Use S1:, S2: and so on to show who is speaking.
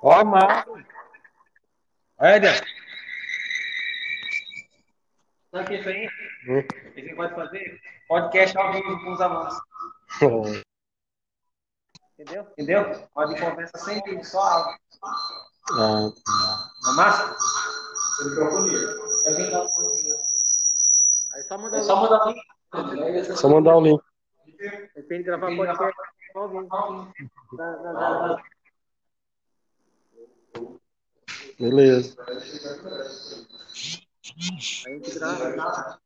S1: Ó, Marco. Éder.
S2: Sabe o que é isso aí? O que você pode fazer? Podcast ao vivo com os alunos.
S1: Hum,
S2: Entendeu? Entendeu? Pode conversa sem vídeo, só áudio.
S1: Ah,
S2: Não é massa? Eu vim dar um pouquinho. Aí só mandar É só mandar link.
S1: só mandar o link.
S2: Depende de gravar podcast ao vivo. Na- na- na- na-
S1: Beleza.
S2: A gente grava.